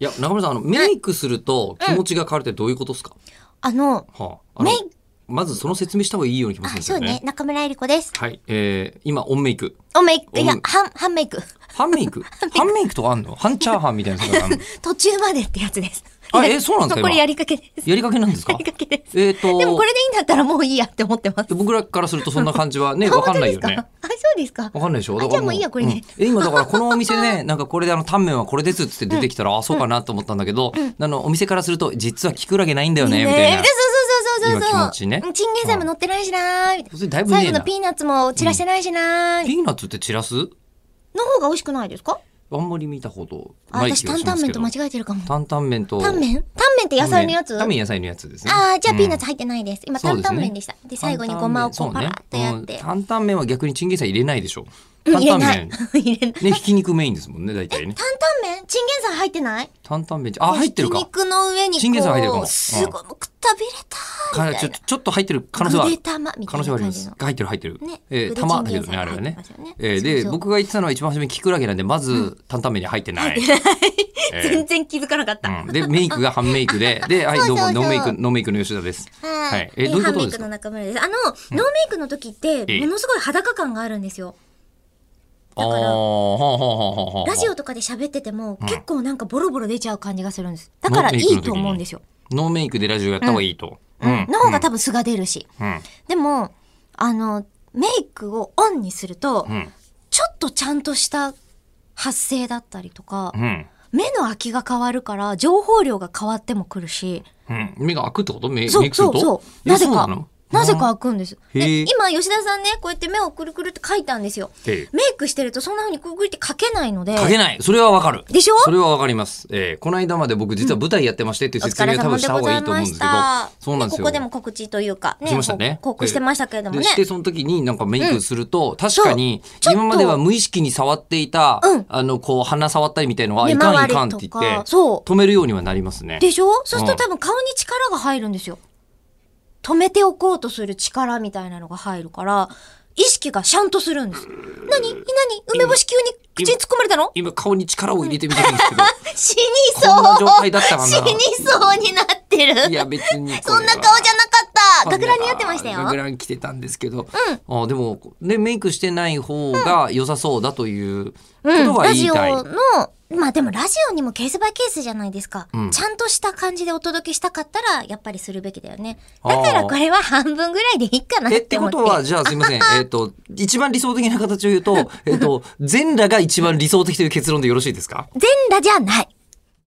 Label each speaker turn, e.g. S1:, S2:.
S1: いや、中村さん、あの、メイクすると気持ちが変わるってどういうことですか、
S2: あの、
S1: はあ、あの
S2: メイ
S1: まずその説明した方がいいような気もするん
S2: あ、
S1: です
S2: そ
S1: よ
S2: う
S1: ね。
S2: ね。中村えり子です。
S1: はい。えー、今、オンメイク。
S2: おメイク、いや
S1: おめ、
S2: 半、半メイク。
S1: 半メイク半メイクとかあんの半チャーハンみたいなやつがあん の
S2: 途中までってやつです。
S1: あえそうなんですか
S2: これ
S1: 今
S2: やりかけです。
S1: やりかけなんです
S2: や
S1: か
S2: りかけです。
S1: えっ、ー、と、
S2: でもこれでいいんだったらもういいやって思ってます。
S1: 僕らからするとそんな感じはね、わかんないよ
S2: あ 本
S1: ね
S2: 当。ですかあ、そうですか。
S1: わかんないでしょ
S2: あ
S1: だから
S2: じゃあもういいやこれね
S1: うんえ今だからこのお店 ね、なんかこれであの、タンメンはこれですっつって出てきたら、あ、そうかなと思ったんだけど、あの、お店からすると、実はキクラゲないんだよね、みたいな
S2: で。そうそうそうそうそう。
S1: 今気持ちね
S2: うんチンゲン菜も乗ってないしなーみたいな
S1: それだいぶね
S2: 最
S1: え
S2: 後
S1: な
S2: のピーナッツも散らしてないしなー
S1: ピーナッツって散らす
S2: の方が美味しくないですか
S1: あんまり見たこと
S2: あ、
S1: ない
S2: 私
S1: 気が
S2: 担
S1: しま
S2: 々
S1: すけ
S2: 麺
S1: ど。
S2: と間違えてるかも。
S1: 担々麺と。
S2: タンメンタンメンって野菜のやつ
S1: タンメン野菜のやつですね。
S2: ああ、じゃあピーナッ
S1: ツ。
S2: ツ入ってないです。今、
S1: そう
S2: 担
S1: ですね
S2: 々麺でした。で、最後にごまをこうパラッとやっ
S1: 担々麺そうね
S2: て。
S1: うん担々麺は逆にチンゲン菜入れないでしょ。
S2: うん
S1: 担
S2: 入れ
S1: 々
S2: な
S1: 麺
S2: い。。 入れない。
S1: ね、ひき肉メインですもんね、大体ね。
S2: 担々麺チンゲン菜入ってない
S1: 担々麺。あ、入ってる
S2: ひ
S1: か。
S2: き肉の上にこう。
S1: チンゲン菜入ってるかも
S2: すごい、くたびれたーみ
S1: か
S2: たいな。
S1: ちょ、ちょっと入ってる可能性は
S2: ぐで玉みた
S1: 可能
S2: いな
S1: 性はあり
S2: 感
S1: ま
S2: じ
S1: す
S2: の。。
S1: 入ってる入ってる。
S2: ね
S1: えー、
S2: グレ
S1: 玉
S2: チ
S1: だ
S2: ン
S1: け
S2: ゲ
S1: ど
S2: ン
S1: ね、
S2: 菜
S1: あれはね
S2: 入ってますよね。
S1: えー
S2: そう
S1: で、
S2: そう
S1: 僕が言ってたのは一番初めキクラゲなんで、まず担々麺に入ってない。
S2: 全然気づかなかった。
S1: うんで、メイクが半メイクで、で、はい、
S2: そ
S1: ど
S2: うそうう
S1: も、
S2: そ
S1: ノ
S2: う
S1: ーメイク、ノーメイクの吉田です。
S2: は
S1: はい
S2: い。
S1: え
S2: で
S1: どういうこ
S2: ハ
S1: と
S2: ン
S1: で
S2: メイ
S1: す
S2: ク
S1: か
S2: の中村です。あの、ノーメイクの時って
S1: ええ、
S2: ものすごい裸感があるんですよ。
S1: ああ
S2: だ
S1: ー、は
S2: か
S1: あ
S2: ら
S1: はあはあはあはあ
S2: ラジオとかで喋ってても、結構なんかボロボロ出ちゃう感じがするんです。だか
S1: ノ
S2: ら
S1: ー
S2: い
S1: メイクの時に
S2: いと思うんですよ。
S1: ノーメイクでラジオやった方がいいと。う
S2: うんの方が多分素が出るし。
S1: うん。
S2: でも、あの、メイクをオンにすると、
S1: うん。
S2: ちょっとちゃんとした発声だったりとか、
S1: うん。
S2: 目の空きが変わるから、情報量が変わってもくるし、
S1: うん。目が開くってこと目、
S2: そ
S1: メイ
S2: う
S1: クする
S2: そう
S1: と
S2: そう。
S1: え
S2: なぜ
S1: う
S2: か
S1: の、
S2: なぜか開くんです。
S1: へ
S2: で
S1: ー
S2: 今、吉田さんね、こうやって目をくるくるって書いたんですよ。
S1: え
S2: メイクしてるとそんな風にくるくるって書けないので。
S1: え。かけない。それはわかる。
S2: でしょ
S1: それはわかります。ええ、この間まで僕実は舞台やってましてっていう
S2: お
S1: 説
S2: 疲
S1: 明を
S2: れ
S1: 多
S2: 様
S1: 分し
S2: で
S1: た方
S2: ご
S1: が
S2: ざ
S1: いい
S2: い
S1: と思うんで
S2: まし
S1: すけど
S2: た。。
S1: そうなんですよ。
S2: ここでも告知というか、ね、
S1: しましたね。
S2: 報告してましたけれどもね
S1: で。して、その時になんかメイクすると、確かに、
S2: そう
S1: 今までは無意識に触っていた、
S2: うん
S1: あの、こう、鼻触ったりみたいのは、
S2: 目
S1: いかん
S2: 回
S1: い
S2: り
S1: かんって
S2: と
S1: 言って
S2: か。、そう。
S1: 止めるようにはなりますね。
S2: でしょそうする
S1: うん
S2: と多分顔に力が入るんですよ。止めておこうとする力みたいなのが入るから、意識がシャンとするんです。何何梅干し急に口に突っ込まれたの
S1: 今、顔に力を入れてみてるん ですけど、
S2: 死にそう
S1: こんな状態だったかな
S2: 死にそうになってる
S1: いや、別にこれ
S2: そ
S1: は。
S2: んな顔じゃなかった学ラン似合ってましたよ
S1: 学ラン着てたんですけど、あでも、ね、メイクしてない方が良さそうだということ
S2: うん、
S1: は
S2: ラ
S1: 言い
S2: ジオ
S1: たい。
S2: の、まあでもラジオにもケースバイケースじゃないですか、
S1: うん
S2: ちゃんとした感じでお届けしたかったら、やっぱりするべきだよね。
S1: あ
S2: だ
S1: ー
S2: からこれは半分ぐらいでいいかな
S1: え
S2: っ
S1: って
S2: て
S1: こ
S2: 思って。
S1: とは、じゃあすいません。えっと、一番理想的な形を言うと、えっと、全裸が一番理想的という結論でよろしいですか
S2: 全裸じゃない。